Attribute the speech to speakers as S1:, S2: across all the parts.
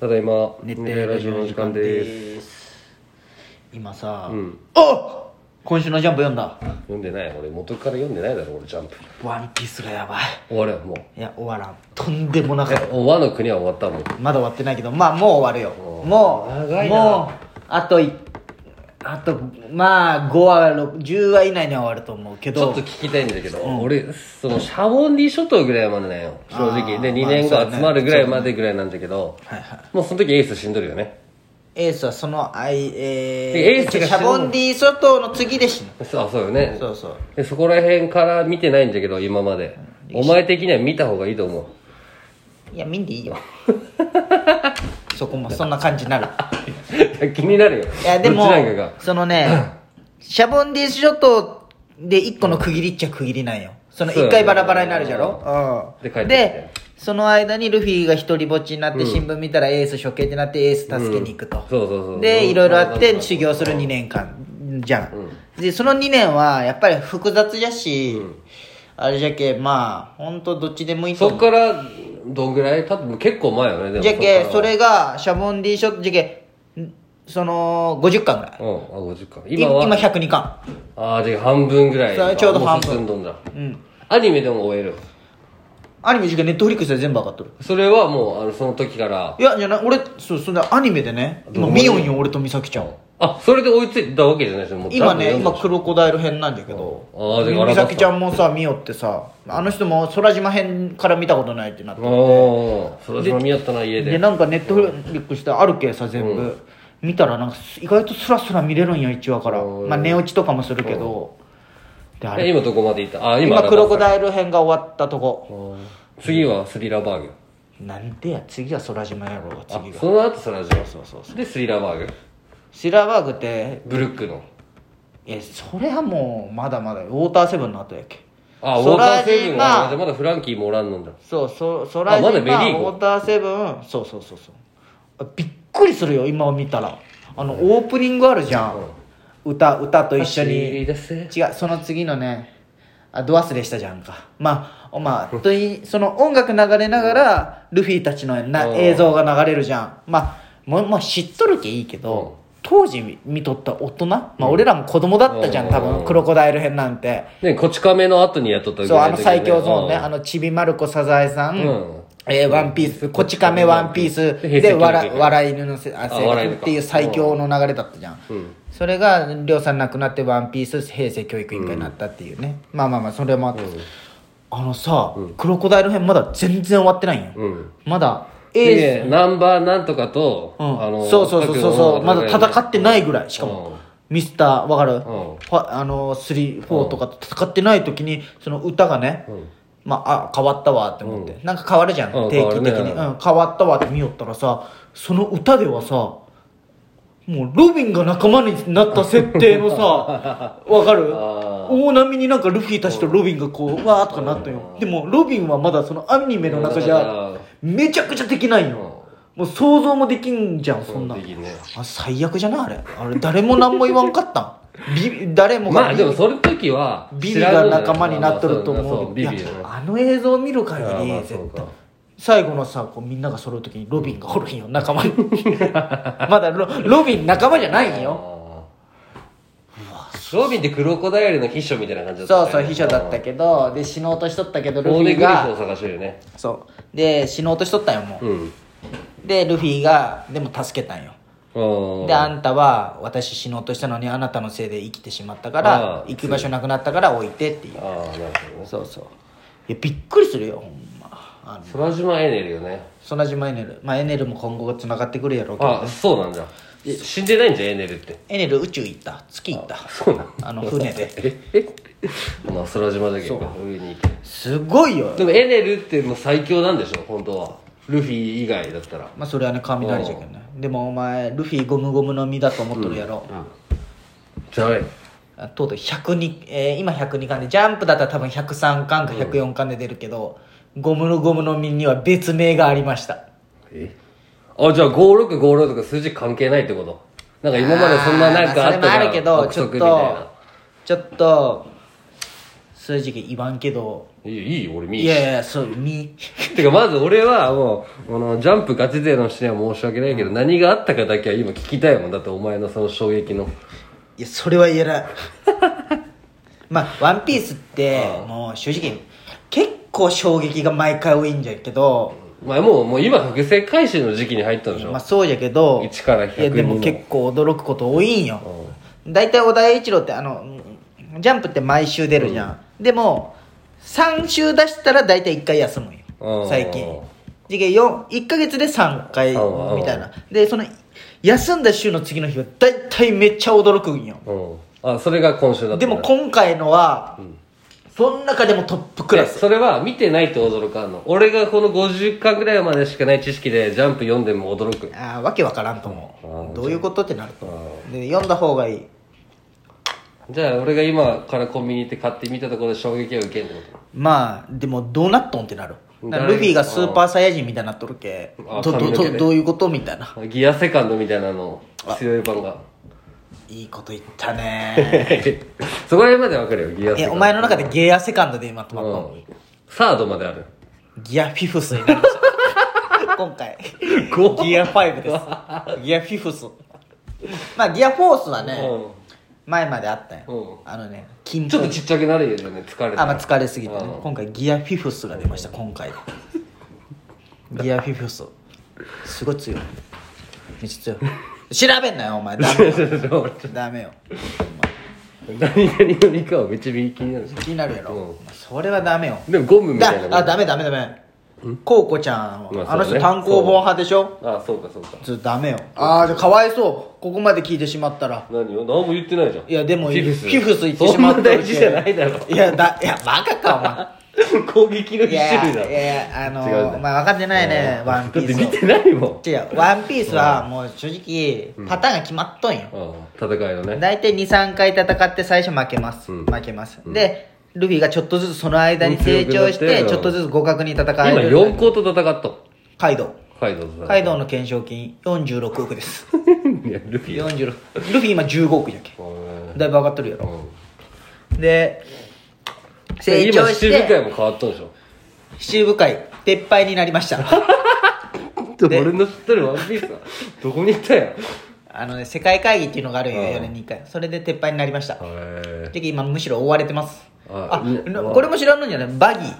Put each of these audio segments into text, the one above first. S1: ただいま
S2: 熱
S1: 寝
S2: 帯
S1: て
S2: ラ
S1: ラ
S2: ジ
S1: ジ
S2: オ
S1: オ
S2: の
S1: の時
S2: 時間
S1: 間です
S2: です今さ、
S1: うん
S2: あ今週のジャンプ読んだ
S1: 読んでない俺元から読んでないだろ俺ジャンプ
S2: ワンピースがやばい
S1: 終わるよもう
S2: いや終わらんとんでもなかった
S1: お和の国は終わったもん
S2: まだ終わってないけどまあもう終わるよ
S1: おー
S2: もう
S1: 長いな
S2: もうあといあとまあ5話6 10話以内には終わると思うけ
S1: ちょ
S2: ど
S1: っと聞きたいんだけど、俺そのシャボンディ諸島ぐらいまでなんよ正直
S2: あー
S1: で2
S2: まあ
S1: 年
S2: そう
S1: 後
S2: ね
S1: 集まるぐらいまでぐらいなんだけど、
S2: はいはい
S1: もうその時エース死んどるよね
S2: エースはそのあい
S1: で
S2: えー、
S1: エースが
S2: シャボンディ諸島の次で死ぬ
S1: そうそうよね
S2: そうそう
S1: でそこら辺から見てないんだけど今まで、お前的には見た方がいいと思う
S2: いや見んでいいよそこもそんな感じになる
S1: 気になるよ
S2: いやで
S1: ど
S2: も
S1: っちなんかが
S2: そ のねシャボンディ諸島で一個の区切りっちゃ区切りなんよその
S1: そう
S2: 一
S1: だ
S2: 回
S1: ね
S2: バラバラになるじゃろ、
S1: で帰
S2: う
S1: っ
S2: ん、
S1: てきて
S2: でその間にルフィが一人ぼっちになって新聞見たらエース処刑ってなってエース助けに行くと、
S1: そうそうそう
S2: で
S1: うん
S2: いろいろあっ
S1: う
S2: て
S1: ん
S2: 修行する2年間じゃん、でその2年はやっぱり複雑じゃし、あれじゃけまあ本当どっちでもいいと
S1: そ
S2: 思う
S1: っからどんぐらい経って結構前よねでも
S2: じゃけそ
S1: っ
S2: れがシャボンディショットじゃけんその50巻ぐらい
S1: からはうんあ50か
S2: 今
S1: 今は
S2: 今102巻
S1: ああじゃあ半分ぐらい
S2: そ
S1: か
S2: うちょうど半分
S1: も進んどんだ
S2: うん
S1: アニメでも終える
S2: アニメじゃけネットフリックスで全部上がっとる
S1: それはもうあのその時から
S2: いやじゃない俺そうそんなアニメでね今見よんよ俺と美咲ちゃん
S1: あそれで追いついたわけじゃないですよもう
S2: 今ね
S1: 多分
S2: 今クロコダイル編なんだけど
S1: あーでガラ
S2: 美
S1: パゴス
S2: 咲ちゃんもさ見よってさあの人も空島編から見たことないってなって
S1: おおそれ見合ったな家
S2: で
S1: で
S2: なんかネットフリックスであるけさ全部、見たらなんか意外とスラスラ見れるんよ1話から
S1: うん
S2: まあ寝落ちとかもするけどであれ
S1: え今どこまで行ったあ今
S2: 今クロコ
S1: だ
S2: ダイル編が終わったとこ
S1: 次はスリラーバーグ
S2: なんでや次は空島やろうが
S1: あ
S2: 次が
S1: その後そラジ
S2: そうそうそ
S1: オでスリラーバーグ
S2: シラバーグって
S1: ブルックの
S2: えそれはもうまだまだウォーターセブンの後やっけ
S1: あウォ
S2: ソ
S1: ータ
S2: ラ
S1: ー
S2: ジ
S1: セブン
S2: マ
S1: はまだフランキーもおらんのんだ
S2: そうそ空島
S1: あま
S2: ウ
S1: だメリーゴ
S2: ォーターセブンそうそうそうそうあびっくりするよ今見たらあのオープニングあるじゃん、歌歌と一緒に
S1: 走り出せ
S2: 違うその次のねあド忘れしたじゃんかまあおまあ本当にその音楽流れながらルフィたちのな
S1: うん
S2: 映像が流れるじゃんまあもう、まあ、知っとるけいいけど、当時見とった大人、まあ、俺らも子供だったじゃん、
S1: うん
S2: 多
S1: う
S2: 分
S1: ん
S2: クロコダイル編なんて、
S1: ねこち亀の後にやっとったぐ
S2: そう
S1: ら
S2: あ
S1: い
S2: の
S1: だけど
S2: 最強ゾーンね、
S1: うん
S2: あのちびまる子サザエさ
S1: う
S2: ん、
S1: ん
S2: えーワンピースこち亀ワンピース
S1: で平成
S2: で
S1: 教育
S2: 笑笑い犬のせあ
S1: あ笑い
S2: 生
S1: 犬
S2: 活
S1: か
S2: っていう最強の流れだったじゃん、それが亮さん亡くなってワンピース平成教育委員会になったっていうね、まあまあまあそれもあって、あのさ、クロコダイル編まだ全然終わってないんよ、
S1: ん
S2: まだ
S1: で
S2: エース、
S1: ナンバーなんとかと、
S2: うん
S1: あの
S2: そうそうそうそうそうまだ戦ってないぐらいしか
S1: うん
S2: も、ミスターわかる、
S1: ん
S2: ファあの34とかと戦ってない時にその歌がね、まあ、あ変わったわって思って、なんか変わるじゃん、
S1: うん
S2: 定期的
S1: 変わ
S2: に、
S1: るね
S2: うん、変わったわって見よったらさその歌ではさもうロビンが仲間になった設定のさ わかる
S1: あ
S2: 大波になんかルフィたちとロビンがこうわーっとかなったよでもロビンはまだそのアニメの中じゃ
S1: うん
S2: めちゃくちゃできないよもう想像もできんじゃんそんな
S1: できんね
S2: あ最悪じゃないあれあれ誰も何も言わんかった んビ誰もが
S1: まあでもその時は
S2: ビビが仲間になっとると
S1: 知らんの
S2: 思
S1: よ
S2: う
S1: ビ
S2: い
S1: ビ
S2: や
S1: よね
S2: あの映像を見る限
S1: あー
S2: り
S1: まあ
S2: 絶
S1: そう
S2: 対
S1: か
S2: 最後のさこうみんなが揃う時にロビンがおるんよ仲間に まだロロビン仲間じゃない んよ
S1: あーロビンってクロコダイルの秘書みたいな感じだった
S2: そ
S1: よ
S2: う
S1: ね
S2: そう秘書だったけどで死のうとしとったけどルフ
S1: オーデ
S2: ィ
S1: グリフを
S2: が
S1: 探してるよね
S2: そうで死のうとしとったんよもう
S1: うん
S2: でルフィがでも助けたんよ
S1: うん
S2: であんたは私死のうとしたのにあなたのせいで生きてしまったから
S1: あー
S2: 行く場所なくなったから置いてっていう
S1: ああなるほどね
S2: そうそういやびっくりするよほんまあの
S1: 空島エネルよね
S2: そらじまエネルまあエネルも今後つながってくるやろうけど
S1: あそうなんだ死んでないんじゃんエネルって
S2: エネル宇宙行った月行った
S1: そうなん
S2: あの船で
S1: ええまあ空島だけど上に行く
S2: すごいよ
S1: でもエネルってもう最強なんでしょ本当はルフィ以外だったら
S2: まあそれはね雷じゃけんねでもお前ルフィゴムゴムの実だと思っとるやろ、
S1: じゃあ
S2: あとうとう102、えー今102巻でジャンプだったら多分103巻か104巻で出るけど、ゴムのゴムの実には別名がありました
S1: えあじゃあ5656とか数字関係ないってことなんか今までそんななんかあったじゃ
S2: まあそれ
S1: ん
S2: もあるけど
S1: 憶
S2: ちょっ
S1: 測みたいな
S2: とちょっと正直言わんけど
S1: いいよいいよ俺見
S2: いやいやそう み
S1: てかまず俺はもうこのジャンプガチ勢の人には申し訳ないけど、何があったかだけは今聞きたいもんだってお前のその衝撃の
S2: いやそれは偉い まあ「ワンピースってもう正直結構衝撃が毎回多いんじゃけど、
S1: まあもうもう今覚醒回収の時期に入ったんでしょ、
S2: まあそうやけど
S1: 1から100
S2: いやでも
S1: の
S2: 結構驚くこと多いんよ大体、小田栄一郎ってあのうんジャンプって毎週出るじゃん、でも3週出したら大体1回休むん
S1: う
S2: よ
S1: ん
S2: 最近1ヶ月で3回
S1: うん
S2: みたいなでその休んだ週の次の日は大体めっちゃ驚くんよ
S1: うんあそれが今週だった
S2: でも今回のは、その中でもトップク
S1: く
S2: ラ
S1: ら
S2: ス
S1: それは見てないと驚かんの俺がこの50巻ぐらいまでしかない知識でジャンプ読んでも驚く
S2: あーわけわからんと思
S1: う
S2: うんどういうことってなると思うで読んだ方がいい
S1: じゃあ俺が今からコンビニ行って買ってみたところで衝撃を受けんってこ
S2: まあでもどうなっとんってなるな
S1: 誰
S2: ルフィがスーパーサイヤ人みたいになっとるけ
S1: あ
S2: どど
S1: 髪の毛
S2: ど
S1: で
S2: どういうことみたいな
S1: とギアセカンドみたいなの強い版が
S2: いいこと言ったね
S1: そこら辺までわかるよギアセ
S2: え
S1: カンド
S2: お前の中でゲアセカンドで今止まったの、
S1: うんサードまである
S2: ギアフィフスになりました 今回
S1: 怖っ
S2: ギア5ですギアフィフスまあギアフォースはね、前まであったよ、
S1: う
S2: あのね緊
S1: ちょっと
S2: 張
S1: ちっちゃくなるよね疲れ
S2: あ
S1: た
S2: ま
S1: ら
S2: あ疲れすぎてね
S1: うん
S2: 今回ギアフィフスが出ました今回ギアフィフスすごい強いめっちゃ強い調べんなよお前ダメよ
S1: ちょっとちょっ と俺ちょっ
S2: ダメよ
S1: と何々の2かはめっちゃ気になる
S2: 気になるやろ、
S1: う
S2: それはダメよ
S1: でもゴムみたいなもん
S2: だあダメダメダメコウコちゃんは、
S1: まあ
S2: あの
S1: そう
S2: 人
S1: ね
S2: 単行本派でしょ
S1: あそうかそうか
S2: ちょっとダメよああじゃあかわいそうここまで聞いてしまったら
S1: 何よ何も言ってないじゃん
S2: いやでも
S1: フィフス
S2: フィフス行ってしまった
S1: そんな大事じゃないだろ
S2: いやだいやバカかお前
S1: 攻撃の
S2: い
S1: 一
S2: や
S1: 種
S2: い
S1: だ
S2: やいやあの
S1: 違うんだ
S2: まあ分かってないねワンピースを
S1: だって見てないもん
S2: 違うワンピースはもう正直パターンが決まっとんよ、
S1: ああ戦いのね
S2: 大体23回戦って最初負けます、
S1: うん
S2: 負けます、でルフィがちょっとずつその間に成長し
S1: 強くなって
S2: て
S1: うん
S2: ちょっとずつ互角に戦
S1: 今
S2: える
S1: 4校と戦っと
S2: カイドウ
S1: カイドウと戦っ
S2: カイドウの懸賞金46億です
S1: い やルフィ
S2: 46ルフィ今15億じゃけ
S1: うん
S2: だいぶ上がっとるやろで成
S1: で
S2: 長
S1: 今
S2: し
S1: 七部会
S2: て
S1: も変わったんでしょ
S2: 七部会撤廃になりましたで
S1: 俺の知ってるワンピースはどこに行ったんやへ
S2: あのね世界会議っていうのがあるんよ
S1: うん
S2: 4年に1回それで撤廃になりました
S1: え
S2: で今むしろ追われてますあ
S1: あうん
S2: なこれも知らんのんじゃないバギー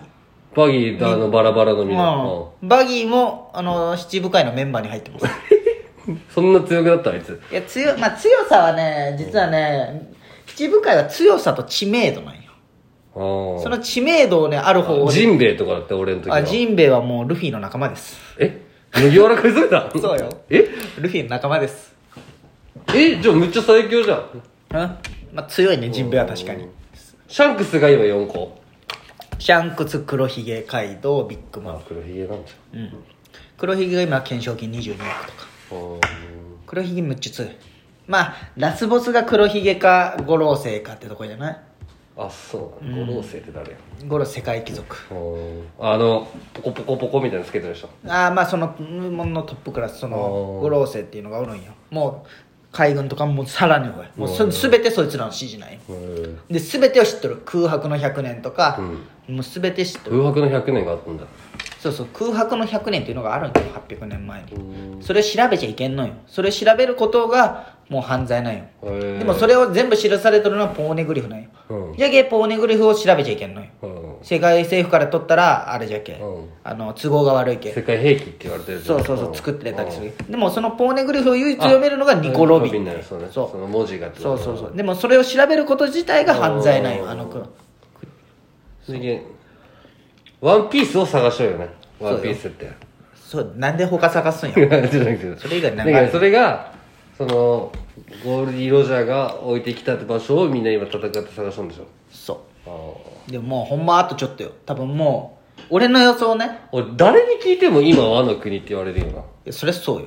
S1: バギーとあのバラバラのみんなうん
S2: うん、バギーもあの七部会のメンバーに入ってます
S1: そんな強くなったあいつ
S2: いや強,、まあ、強さはね実はね七部会は強さと知名度なんよ
S1: あー
S2: その知名度をねある方を
S1: ジンベエとかだって俺の時は
S2: あジンベエはもうルフィの仲間です
S1: え麦わらかいそうだ
S2: そうよ
S1: え
S2: ルフィの仲間です
S1: えじゃあめっちゃ最強じゃん
S2: うんまあ強いねジンベエは確かに
S1: シャンクスが今4個
S2: シャンクス黒ひげカイドウビッグマン
S1: あ黒ひげなんじ
S2: うん黒ひげが今懸賞金22億とか
S1: ゃんうん
S2: 黒ひげむっちゃ強いまあラスボスが黒ひげか五老星かってとこじゃない
S1: あそうなの五老星って誰や
S2: 五老世界貴族
S1: うんあのポコポコポコみたいなのつけてる人
S2: ああまあそのものトップクラスその
S1: あー
S2: 五老星っていうのがおるんよもう海軍とかもさらに多いもうそ全てそいつらの指示なんよ
S1: うん
S2: で全てを知っとる空白の100年とか、もう全て知っとる
S1: 空白の100年があったんだ
S2: そうそう空白の100年っていうのがあるんよ800年前にそれを調べちゃいけんのよそれを調べることがもう犯罪なんよ
S1: へー
S2: でもそれを全部記されとるのはポーネグリフなんよ、
S1: うん
S2: じゃけポーネグリフを調べちゃいけんのよ
S1: うん
S2: 世界政府から取ったらあれじゃけ、
S1: うん
S2: あの都合が悪いけ
S1: 世界兵器って言われてる
S2: そうそうそう作ってたりするでもそのポーネグリフを唯一読めるのがニコ・ロビン
S1: だ
S2: だよ
S1: よそうね
S2: そう
S1: その文字が
S2: そうそうそうでもそれを調べること自体が犯罪なんよ
S1: うん
S2: あの黒
S1: 次ワンピースを探しようよね
S2: そうよ
S1: ワンピースって
S2: そうなんで他探すん や
S1: じゃなくて
S2: それ以外なん
S1: だ
S2: か
S1: け
S2: ある
S1: どそれがそのゴールディ・ロジャーが置いてきた場所をみんな今戦って探したんでしょ
S2: そ
S1: ああ
S2: うでももうほんまあとちょっとよ多分もう俺の予想ね
S1: 俺誰に聞いても今和の国って言われるよない
S2: やそりゃそうよ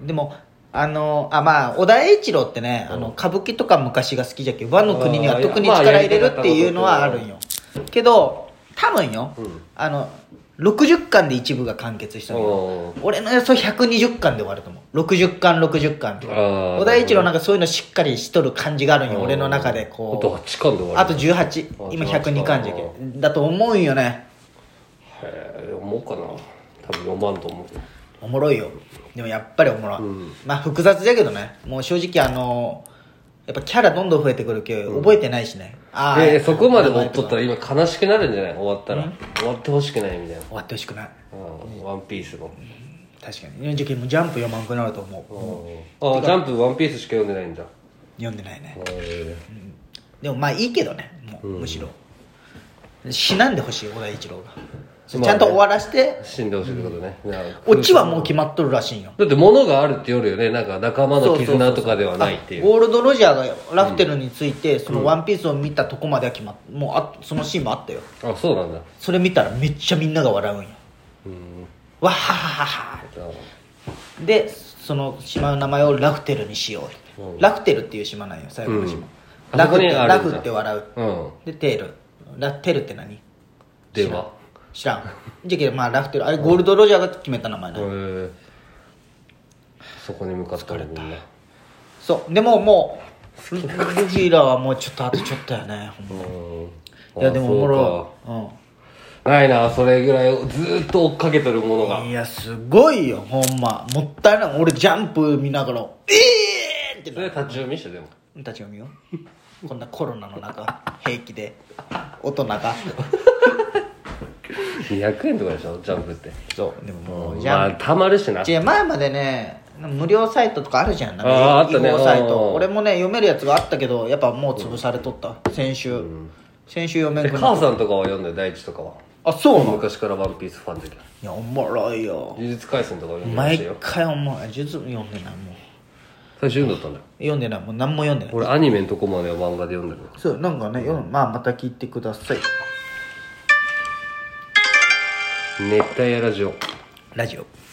S2: でもあのあまあ小田栄一郎ってねあの歌舞伎とか昔が好きじゃけど和の国には特に
S1: あーいや
S2: 力入れるっていうのは
S1: ま
S2: あ
S1: あやりたかったこと
S2: るんよけど多分よ、あの60巻で一部が完結したのよ俺の予想120巻で終わると思う60巻60巻と
S1: あー
S2: か小田栄一郎なんかそういうのしっかりしとる感じがあるんよ俺の中で
S1: あと
S2: こ
S1: 8巻で終
S2: う
S1: わる
S2: あと18今102巻じゃけんだと思うんよね
S1: へえ思うかな多分読まんと思う
S2: おもろいよでもやっぱりおもろい、まあ複雑じゃけどねもう正直あのやっぱキャラどんどん増えてくるけど覚えてないしね、ああ
S1: でそこまで追っとったら今悲しくなるんじゃない終わったら終わってほしくないみたいな
S2: 終わってほしくない
S1: うんワンピースの
S2: 確かに受験もジャンプ読まんくなると思う、
S1: あジャンプワンピースしか読んでないんだ
S2: 読んでないね
S1: へ
S2: でもまあいいけどねもう、むしろ死なんでほしい小田一郎が、
S1: あね
S2: ちゃんと終わらせて
S1: え死んでほしいってことねいや
S2: オチはもう決まっとるらしいんよ
S1: だって物があるってよるよねなんか仲間の絆とかではないっていう
S2: ゴールド・ロジャーがラフテルについてその「ワンピースを見たとこまでは決まっもうあそのシーンもあったよ
S1: あそうなんだ
S2: それ見たらめっちゃみんなが笑うんよ
S1: うん
S2: わははははでその島の名前をラフテルにしよう、
S1: うん
S2: ラフテルっていう島なんよ最後の島、
S1: うん
S2: ラフ
S1: あそこにあ
S2: テル
S1: る
S2: ラ
S1: んだ
S2: フって笑う
S1: うん
S2: でテールラテルって何
S1: 電話
S2: 知らんじゃけどまあラフテルあれゴールド・ロジャーが決めた名前
S1: へ
S2: な、
S1: えそこに向かったらみんな
S2: そうでももうルフィラはもうちょっとあとちょっとやねほんま
S1: うん
S2: いやでもおも
S1: あ
S2: ろ
S1: そう
S2: いうん
S1: かないなそれぐらいずーっと追っかけてるものが
S2: いやすごいよほんまもったいない俺ジャンプ見ながら「ええー!」って
S1: そ
S2: な
S1: れ立ち読みしてでも
S2: 立ち読みよ こんなコロナの中平気で大人が
S1: 200円とかでしょジャンプって
S2: そうでももうジ
S1: ま
S2: ャン
S1: あたまるしな
S2: プじゃあ前までね無料サイトとかあるじゃんなん
S1: あーあ
S2: か
S1: ったね
S2: 違法サイ
S1: う
S2: ト
S1: ん
S2: 俺もね読めるやつがあったけどやっぱもう潰されとった先週、先週読め
S1: で
S2: んくな
S1: 母さんとかは読んだよ第一とかは
S2: あそうなの
S1: 昔からワンピースファンで
S2: いやおもろいよ
S1: 呪術廻戦とか読んでま
S2: 毎
S1: したよ
S2: 回おもろい術読んでないもう
S1: 最初読んだったんだよ
S2: 読んでないもう何も読んでない
S1: 俺アニメのとこまでは漫画で読んでるの
S2: そうなんかね読むまあまた聞いてください
S1: 熱帯夜ラジオ
S2: ラジオ